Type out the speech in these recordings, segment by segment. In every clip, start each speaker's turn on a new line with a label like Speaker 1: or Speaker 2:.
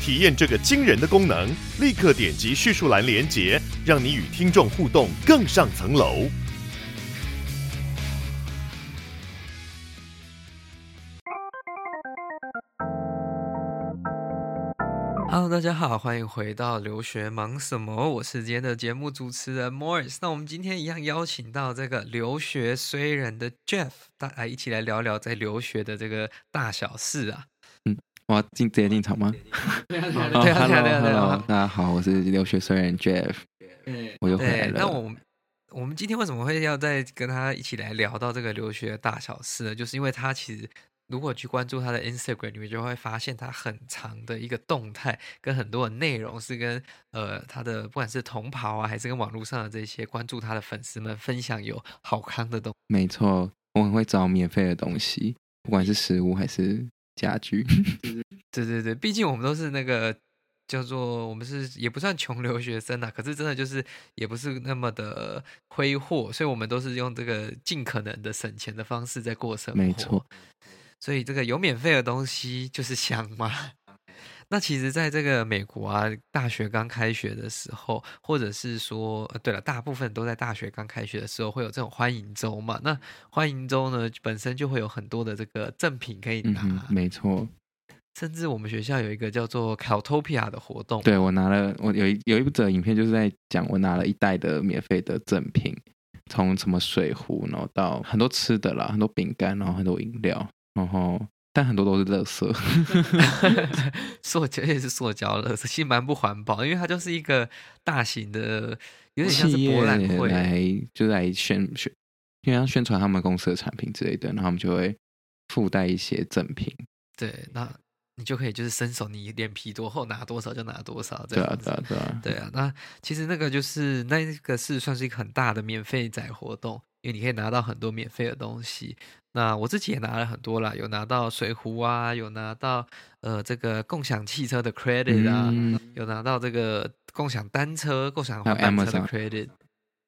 Speaker 1: 体验这个惊人的功能，立刻点击叙述栏连接，让你与听众互动更上层楼。
Speaker 2: Hello，大家好，欢迎回到留学忙什么？我是今天的节目主持人 Morris。那我们今天一样邀请到这个留学虽人的 Jeff，大家一起来聊聊在留学的这个大小事啊。
Speaker 3: 我要进直接进场吗？
Speaker 4: 对啊，
Speaker 2: 啊
Speaker 3: 对
Speaker 4: 对
Speaker 2: 啊对啊对啊对啊
Speaker 3: 大家好，嗯我是留学生人 Jeff，
Speaker 4: 对，
Speaker 3: 我又回来
Speaker 2: 对，那
Speaker 3: 了。
Speaker 2: 我们我们今天为什么会要再跟他一起来聊到这个留学的大小事呢？就是因为他其实如果去关注他的 Instagram，你们就会发现他很长的一个动态，跟很多的内容是跟呃他的不管是同袍啊，还是跟网络上的这些关注他的粉丝们分享有好康的东西。
Speaker 3: 没错，我很会找免费的东西，不管是食物还是家 具。
Speaker 2: 对对对，毕竟我们都是那个。叫做我们是也不算穷留学生啊，可是真的就是也不是那么的挥霍，所以我们都是用这个尽可能的省钱的方式在过生活。
Speaker 3: 没错，
Speaker 2: 所以这个有免费的东西就是香嘛。 那其实，在这个美国啊，大学刚开学的时候，或者是说，呃，对了，大部分都在大学刚开学的时候会有这种欢迎周嘛。那欢迎周呢，本身就会有很多的这个赠品可以
Speaker 3: 嗯
Speaker 2: 拿，
Speaker 3: 哼，没错。
Speaker 2: 甚至我们学校有一个叫做 Caltopia 的活动。
Speaker 3: 对我拿了，我有一有一则影片就是在讲我拿了一袋的免费的赠品，从什么水壶，然后到很多吃的啦，很多饼干，然后很多饮料，然后但很多都是垃圾。
Speaker 2: 塑胶也是塑胶了，其实蛮不环保，因为它就是一个大型的，有点像是
Speaker 3: 企业
Speaker 2: 博览会，
Speaker 3: 来就来宣宣，因为要宣传他们公司的产品之类的，然后他们就会附带一些赠品。
Speaker 2: 对，那你就可以就是伸手，你脸皮多厚，拿多少就拿多少，这
Speaker 3: 对
Speaker 2: 样
Speaker 3: 啊，
Speaker 2: 子
Speaker 3: 对啊，对啊，
Speaker 2: 对啊，那其实那个就是那个是算是一个很大的免费仔活动，因为你可以拿到很多免费的东西。那我自己也拿了很多啦，有拿到水壶啊，有拿到呃这个共享汽车的 credit 啊，
Speaker 3: 嗯，
Speaker 2: 有拿到这个共享单车、共享
Speaker 3: 还有
Speaker 2: 单车的
Speaker 3: Amazon
Speaker 2: credit，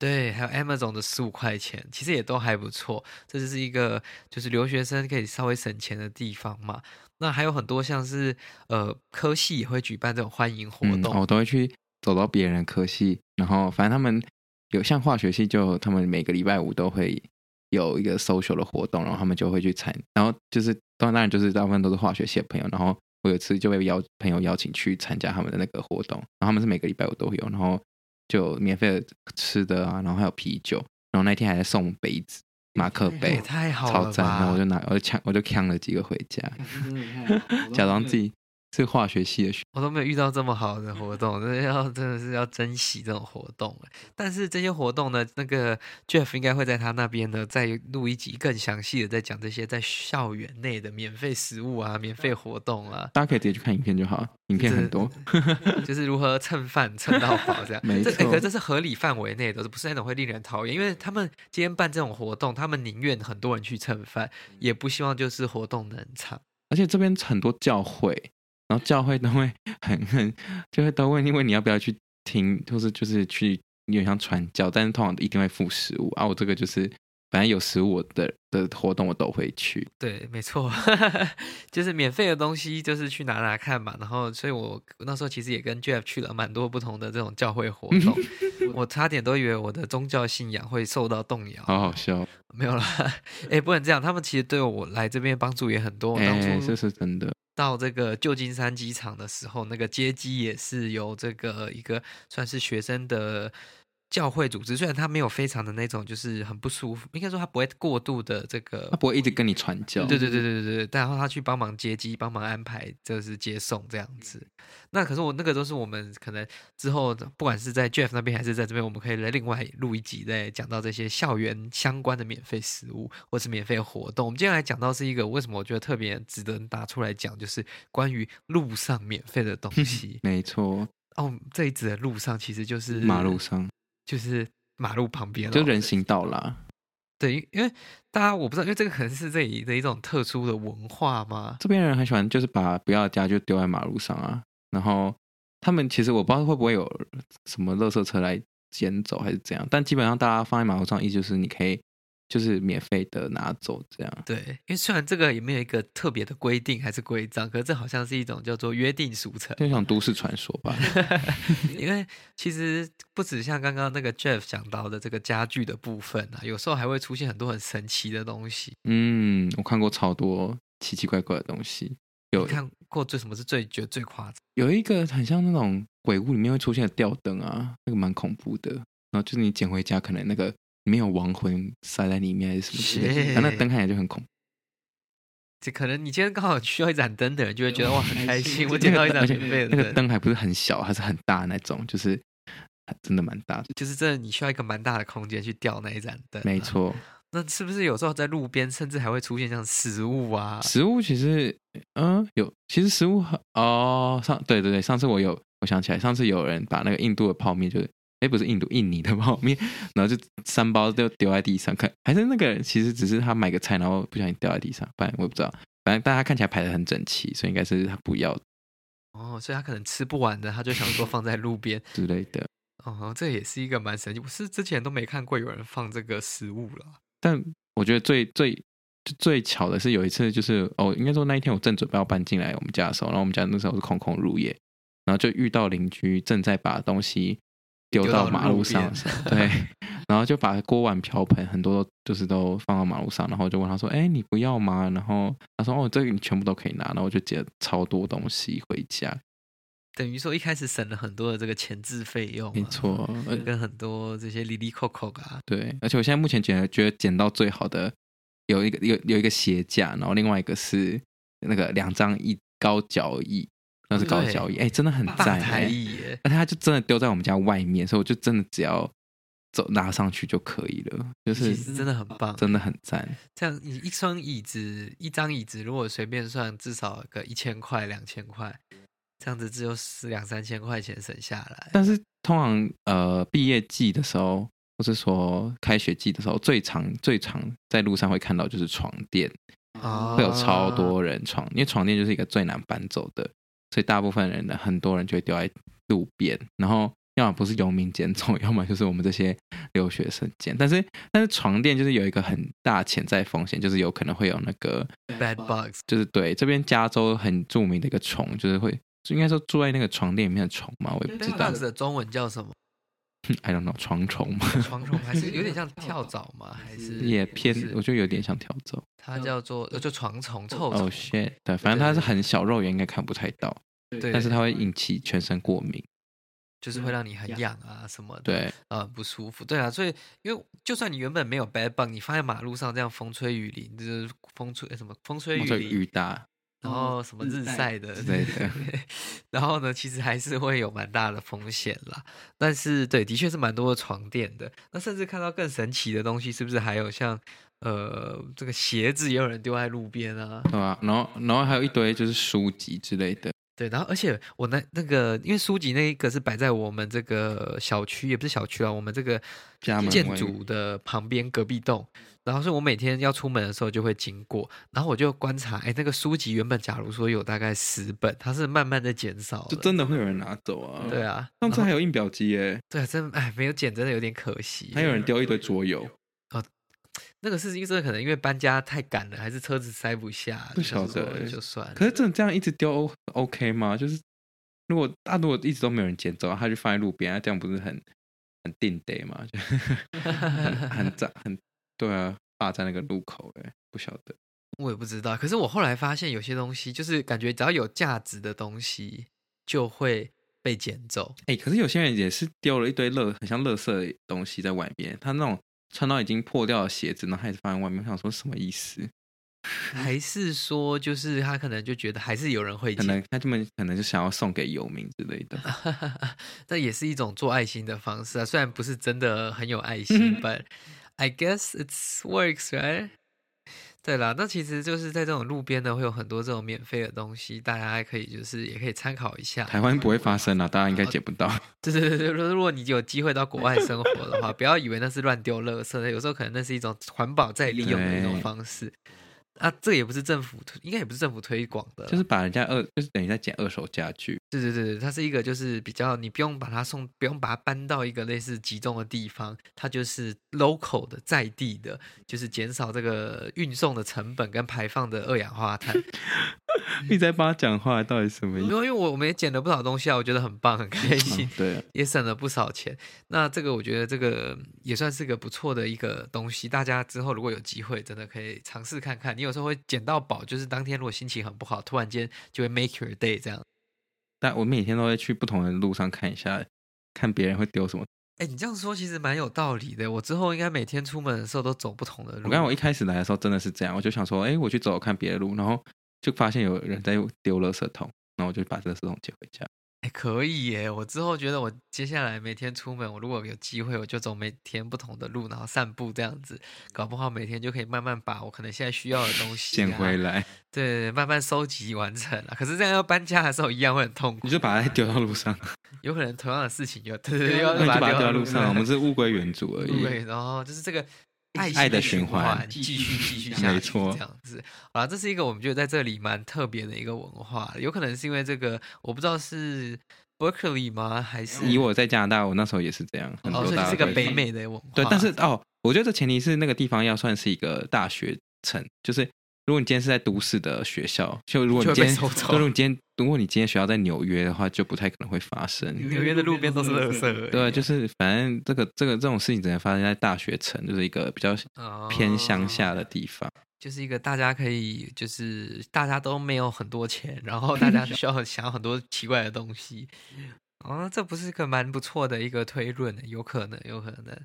Speaker 2: 对，还有 Amazon 的十五块钱，其实也都还不错。这就是一个就是留学生可以稍微省钱的地方嘛。那还有很多像是呃科系也会举办这种欢迎活
Speaker 3: 嗯
Speaker 2: 动，
Speaker 3: 我都会去走到别人的科系，然后反正他们有像化学系就，他们每个礼拜五都会有一个 social 的活动，然后他们就会去参，然后就是当然就是大部分都是化学系的朋友，然后我有一次就被邀朋友邀请去参加他们的那个活动，然后他们是每个礼拜五都会有，然后就有免费的吃的啊，然后还有啤酒，然后那天还在送杯子、马克
Speaker 2: 也
Speaker 3: 杯，
Speaker 2: 哎太好
Speaker 3: 哦超
Speaker 2: 了
Speaker 3: 赞，哦然后
Speaker 2: 吧嗯
Speaker 3: 我！就拿我就抢我就抢了几个回 家，
Speaker 4: 真的太好 了
Speaker 3: 假装自己是化学系的学
Speaker 2: 我都没有遇到这么好的活 动，真的要真的是要珍惜这种活动了。但是这些活动呢，那个 Jeff 应该会在他那边呢再录一集更详细的，再讲这些在校园内的免费食物啊、免费活动 啊，
Speaker 3: 大家可以直接去看影片就好，影片很多。
Speaker 2: 就是如何蹭饭蹭到饱这样。
Speaker 3: 没
Speaker 2: 这、
Speaker 3: 错
Speaker 2: 哎可是这是合理范围内的，不是那种会令人讨厌。因为他们今天办这种活动，他们宁愿很多人去蹭饭，也不希望就是活动冷场。
Speaker 3: 而且这边很多教会，然后教会都会很 很就会都会因为你要不要去听，或是就是去有点像传教，但是通常一定会附食物啊。我这个就是反正有食物我的的活动我都会去，
Speaker 2: 对，没错， 就是免费的东西，就是去拿拿看嘛。然后，所以我那时候其实也跟 Jeff 去了蛮多不同的这种教会活 动，我差点都以为我的宗教信仰会受到动摇。
Speaker 3: 好好笑。
Speaker 2: 没有啦，哎、不能这样，他们其实对我来这边帮助也很多。我当
Speaker 3: 哎、
Speaker 2: 初
Speaker 3: 这是真的，
Speaker 2: 到这个旧金山机场的时候，那个接机也是由这个一个算是学生的教会组织，虽然他没有非常的那种就是很不舒服，应该说他不会过度的这个
Speaker 3: 他，不会一直跟你传教。。
Speaker 2: 对对对对对对，但然后他去帮忙接机，帮忙安排就是接送这样子。那可是我那个都是我们可能之后不管是在 Jeff 那边还是在这边，我们可以来另外录一集再讲到这些校园相关的免费食物或是免费活动。我们今天来讲到是一个为什么我觉得特别值得拿出来讲，就是关于路上免费的东西
Speaker 3: 没错，
Speaker 2: 哦，这一指的路上其实就是
Speaker 3: 马路上
Speaker 2: 就是马路旁边、哦，
Speaker 3: 就人行道啦。
Speaker 2: 对，因因为大家我不知道，因为这个可能是这里的一种特殊的文化嘛。
Speaker 3: 这边人很喜欢，就是把不要的家就丢在马路上啊。然后他们其实我不知道会不会有什么垃圾车来捡走还是怎样，但基本上大家放在马路上，意思就是你可以就是免费的拿走这样。
Speaker 2: 对，因为虽然这个也没有一个特别的规定还是规章，可是这好像是一种叫做约定俗成。
Speaker 3: 就像都市传说 吧，
Speaker 2: 因为其实不止像刚刚那个 Jeff 讲到的这个家具的部分啊，有时候还会出现很多很神奇的东西。
Speaker 3: 嗯，我看过超多奇奇怪怪的东西，有
Speaker 2: 你看过最什么是最觉得最夸张？
Speaker 3: 有一个很像那种鬼屋里面会出现的吊灯啊，那个蛮恐怖的。然后就是你捡回家，可能那个里面有亡魂塞在里面还是什么之类的，
Speaker 2: 是
Speaker 3: 然后那灯看起来就很恐怖。
Speaker 2: 这可能你今天刚好需要一盏灯的人，就会觉得哇很开心，我
Speaker 4: 我
Speaker 2: 捡
Speaker 4: 捡
Speaker 2: 到
Speaker 4: 到
Speaker 2: 一盏
Speaker 4: 一盏
Speaker 2: 免费的
Speaker 3: 那个
Speaker 2: 灯。
Speaker 3: 灯还不是很小，它是很大的那种，就是它真的蛮大的。
Speaker 2: 就是这，你需要一个蛮大的空间去吊那一盏灯、啊
Speaker 3: 没。错，
Speaker 2: 那是不是有时候在路边，甚至还会出现像食物啊？
Speaker 3: 食物其实，嗯，有，其实食物很哦，上对对对，上次我有，我想起来，上次有人把那个印度的泡面，就是，哎，不是印度，印尼的泡面， 然后就三包就丢在地上，看还是那个人其实只是他买个菜，然后不小心掉在地上，反正我也不知道，反正大家看起来排的很整齐，所以应该是他不要
Speaker 2: 哦，所以他可能吃不完的，他就想说放在路边。
Speaker 3: 之类的。
Speaker 2: 哦，这也是一个蛮神奇，我是之前都没看过有人放这个食物了。
Speaker 3: 但我觉得最最就最巧的是有一次，就是哦，应该说那一天我正准备要搬进来我们家的时候，然后我们家那时候是空空如也，然后就遇到邻居正在把东西丢
Speaker 2: 丢
Speaker 3: 到
Speaker 2: 到
Speaker 3: 马
Speaker 2: 路
Speaker 3: 路上
Speaker 2: 边
Speaker 3: 的时候，对，然后就把锅碗瓢盆很多就是都放到马路上，然后我就问他说：“哎，你不要吗？”然后他说：“哦，这个你全部都可以拿。”然后我就捡超多东西回家，
Speaker 2: 等于说一开始省了很多的这个前置费用、啊
Speaker 3: 没，错，呃
Speaker 2: 跟很多这些里里扣扣啊，
Speaker 3: 对，而且我现在目前觉得觉得捡到最好的有一个有有一个鞋架，然后另外一个是那个两张一高脚椅，那是高脚椅，哎、真的很
Speaker 2: 大
Speaker 3: 赞、
Speaker 2: 台
Speaker 3: 欸。
Speaker 2: 椅耶。
Speaker 3: 而且它就真的丢在我们家外面，所以我就真的只要走拿上去就可以了，就
Speaker 2: 其
Speaker 3: 是
Speaker 2: 实真的很棒，
Speaker 3: 真的很赞。
Speaker 2: 这样你一双椅子，一张椅子，如果随便算，至少个一千块、两千块，这样子只有四两三千块钱省下来。
Speaker 3: 但是通常呃毕业季的时候，或是说开学季的时候，最常最常在路上会看到就是床垫。
Speaker 2: 哦
Speaker 3: 会有超多人床，因为床垫就是一个最难搬走的，所以大部分人呢，很多人就会丢在路边，然后要么不是游民捡走，要么就是我们这些留学生捡。但是 但是床垫就是有一个很大潜在风险，就是有可能会有那个，
Speaker 2: Bad bugs，
Speaker 3: 就是对这边加州很著名的一个虫，就是会。就应该说住在那个床垫里面的虫嘛，我也不知
Speaker 2: bad
Speaker 3: 道
Speaker 2: bugs 的中文叫什么？
Speaker 3: ，I don't know，床虫嘛，
Speaker 2: 床虫还是有点像跳蚤吗？还是
Speaker 3: 也偏
Speaker 2: 不，是
Speaker 3: 我觉得有点像跳蚤。
Speaker 2: 它叫做呃就床虫、臭
Speaker 3: 哦、
Speaker 2: 虫，
Speaker 3: shit，对，反正它是很小肉眼应该看不太到，
Speaker 2: 对
Speaker 3: 但是它会引起全身过敏。
Speaker 2: 就是会让你很痒啊什么的。
Speaker 3: 嗯对，
Speaker 2: 呃不舒服。对啊，所以因为就算你原本没有 bad bug，你放在马路上这样风吹雨淋，就是风吹呃什么风吹雨
Speaker 3: 或者
Speaker 2: 淋，
Speaker 3: 哦雨打，
Speaker 2: 然后什么日晒的
Speaker 3: 之 类 的，
Speaker 2: 然后呢，其实还是会有蛮大的风险啦。但是对，的确是蛮多的床垫的。那甚至看到更神奇的东西，是不是还有像呃这个鞋子也有人丢在路边啊？
Speaker 3: 对吧、然后，然后还有一堆就是书籍之类的，
Speaker 2: 对，然后而且我那那个，因为书籍那一个是摆在我们这个小区，也不是小区啊，我们这个
Speaker 3: 家门
Speaker 2: 建
Speaker 3: 外
Speaker 2: 筑的旁边隔壁栋。然后是我每天要出门的时候就会经过，然后我就观察，哎，那个书籍原本假如说有大概十本，它是慢慢的减少
Speaker 3: 就
Speaker 2: 的。
Speaker 3: 真的会有人拿走啊。
Speaker 2: 对，啊，
Speaker 3: 上
Speaker 2: 然
Speaker 3: 次
Speaker 2: 后
Speaker 3: 还有印表机耶，
Speaker 2: 对啊，真哎没有减真的有点可惜。
Speaker 3: 还有人丢一堆桌游，
Speaker 2: 那个是因为这个可能因为搬家太赶了，还是车子塞不下，
Speaker 3: 不晓
Speaker 2: 就是
Speaker 3: 得哎
Speaker 2: 说就算了。
Speaker 3: 可是真的这样一直丢 O OK 吗？就是如果大如果一直都没有人捡走，他就放在路边，那这样不是很很定得吗？就很很炸，很对啊，霸占那个路口哎，不晓得。
Speaker 2: 我也不知道，可是我后来发现有些东西，就是感觉只要有价值的东西，就会被捡走。
Speaker 3: 哎、可是有些人也是丢了一堆乐，很像垃圾的东西在外面。他那种穿到已经破掉的鞋子，然后还是放在外面，我想说什么意思？
Speaker 2: 还是说，就是他可能就觉得还是有人会
Speaker 3: 可能
Speaker 2: 捡，
Speaker 3: 他们可能就想要送给游民之类的。
Speaker 2: 啊那也是一种做爱心的方式啊。虽然不是真的很有爱心、b
Speaker 3: 嗯
Speaker 2: u t I guess it works, right？对啦，那其实就是在这种路边呢，会有很多这种免费的东西，大家还可以就是也可以参考一下。
Speaker 3: 台湾不会发生啊，大家应该捡不到。
Speaker 2: 对 对对对，如如果你有机会到国外生活的 话，不要以为那是乱丢垃圾的，有时候可能那是一种环保再利用的一种
Speaker 3: 对
Speaker 2: 方式。啊，这也不是政府推，应该也不是政府推广的啦，
Speaker 3: 就是把人家二，就是等于在捡二手家具。
Speaker 2: 对对对对，它是一个就是比较，你不用把它送，不用把它搬到一个类似集中的地方，它就是 local 的在地的，就是减少这个运送的成本跟排放的二氧化 碳。嗯
Speaker 3: 一直在帮他讲话，到底什么意
Speaker 2: 因为
Speaker 3: 思？
Speaker 2: 因为我我们也捡了不少东西啊，我觉得很棒，很开心
Speaker 3: 嗯。对，
Speaker 2: 也省了不少钱。那这个我觉得这个也算是个不错的一个东西，大家之后如果有机会，真的可以尝试看看。你有时候会捡到宝，就是当天如果心情很不好，突然间就会 make your day 这样。
Speaker 3: 但我每天都会去不同的路上看一下，看别人会丢什么。
Speaker 2: 哎，你这样说其实蛮有道理的。我之后应该每天出门的时候都走不同的路。
Speaker 3: 我刚我一开始来的时候真的是这样，我就想说，哎，我去走看别的路，然后就发现有人在丢垃圾桶，然后我就把垃圾桶捡回家。
Speaker 2: 哎可以耶！我之后觉得我接下来每天出门，我如果有机会，我就走每天不同的路，然后散步这样子，搞不好每天就可以慢慢把我可能现在需要的东西、啊、
Speaker 3: 捡回来，
Speaker 2: 对，慢慢收集完成了。可是这样要搬家的时候一样会很痛苦
Speaker 3: 你，就把它丢到路上，
Speaker 2: 有可能同样的事情又对对对，
Speaker 4: 对
Speaker 2: 又要
Speaker 3: 那
Speaker 4: 那
Speaker 3: 你
Speaker 2: 把
Speaker 3: 就把
Speaker 2: 它丢
Speaker 3: 它丢
Speaker 2: 到
Speaker 3: 到路
Speaker 2: 路
Speaker 3: 上。我们是物归原主而已。
Speaker 2: 对，然后就是这个爱
Speaker 3: 爱
Speaker 2: 心
Speaker 3: 的循
Speaker 2: 循
Speaker 3: 环
Speaker 2: 继续继续
Speaker 4: 没
Speaker 2: 下去，
Speaker 3: 错
Speaker 2: 这样子。好啦，这是一个我们觉得在这里蛮特别的一个文化，有可能是因为这个，我不知道是 Berkeley 吗，还是
Speaker 3: 以我在加拿大，我那时候也是这样，很
Speaker 2: 哦，
Speaker 3: 多
Speaker 2: 所以
Speaker 3: 大
Speaker 2: 这
Speaker 3: 家
Speaker 2: 是个
Speaker 3: 会
Speaker 2: 北美的文化。
Speaker 3: 对，但是哦，我觉得这前提是那个地方要算是一个大学城，就是如果你今天是在都市的学校，就如果你
Speaker 2: 就会
Speaker 3: 今
Speaker 2: 被
Speaker 3: 天，
Speaker 2: 收走
Speaker 3: 就如果你今天，如果你今天学校在纽约的话，就不太可能会发生。
Speaker 2: 纽约的路边都是垃圾而已，
Speaker 3: 对，啊就是反正这个这个这种事情只能发生在大学城，就是一个比较
Speaker 2: 哦
Speaker 3: 偏乡下的地方。
Speaker 2: 就是一个大家可以，就是大家都没有很多钱，然后 大家需要想要很多奇怪的东西。哦，这不是个蛮不错的一个推论呢，有可能，有可能。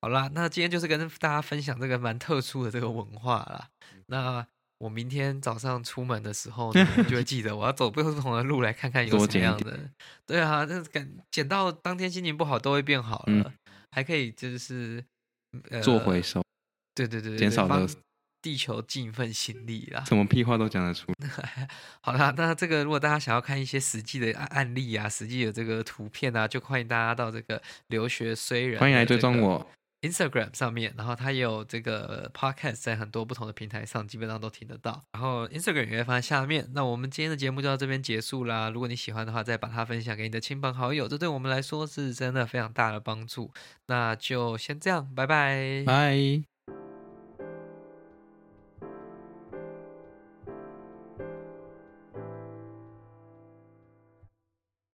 Speaker 2: 好啦，那今天就是跟大家分享这个蛮特殊的这个文化啦。
Speaker 3: 嗯
Speaker 2: 那我明天早上出门的时候呢， 就会记得我要走不同的路来看看有
Speaker 3: 多
Speaker 2: 什么
Speaker 3: 捡一
Speaker 2: 样的。对啊，那感捡到当天心情不好都会变好了，
Speaker 3: 嗯
Speaker 2: 还可以就是呃
Speaker 3: 做回收，
Speaker 2: 对对对对，
Speaker 3: 减
Speaker 2: 对
Speaker 3: 少
Speaker 2: 帮
Speaker 3: 垃圾
Speaker 2: 地球尽一份心力啦。
Speaker 3: 什么屁话都讲得出。
Speaker 2: 好啦，那这个如果大家想要看一些实际的案案例啊，实际的这个图片啊，就欢迎大家到这个留学虽然
Speaker 3: 欢迎来追踪我，
Speaker 2: Instagram 上面，然后它也有这个 Podcast 在很多不同的平台上，基本上都听得到。然后 Instagram 也会放在下面。那我们今天的节目就到这边结束啦。如果你喜欢的话，再把它分享给你的亲朋好友，这对我们来说是真的非常大的帮助。那就先这样，拜拜。
Speaker 3: 拜。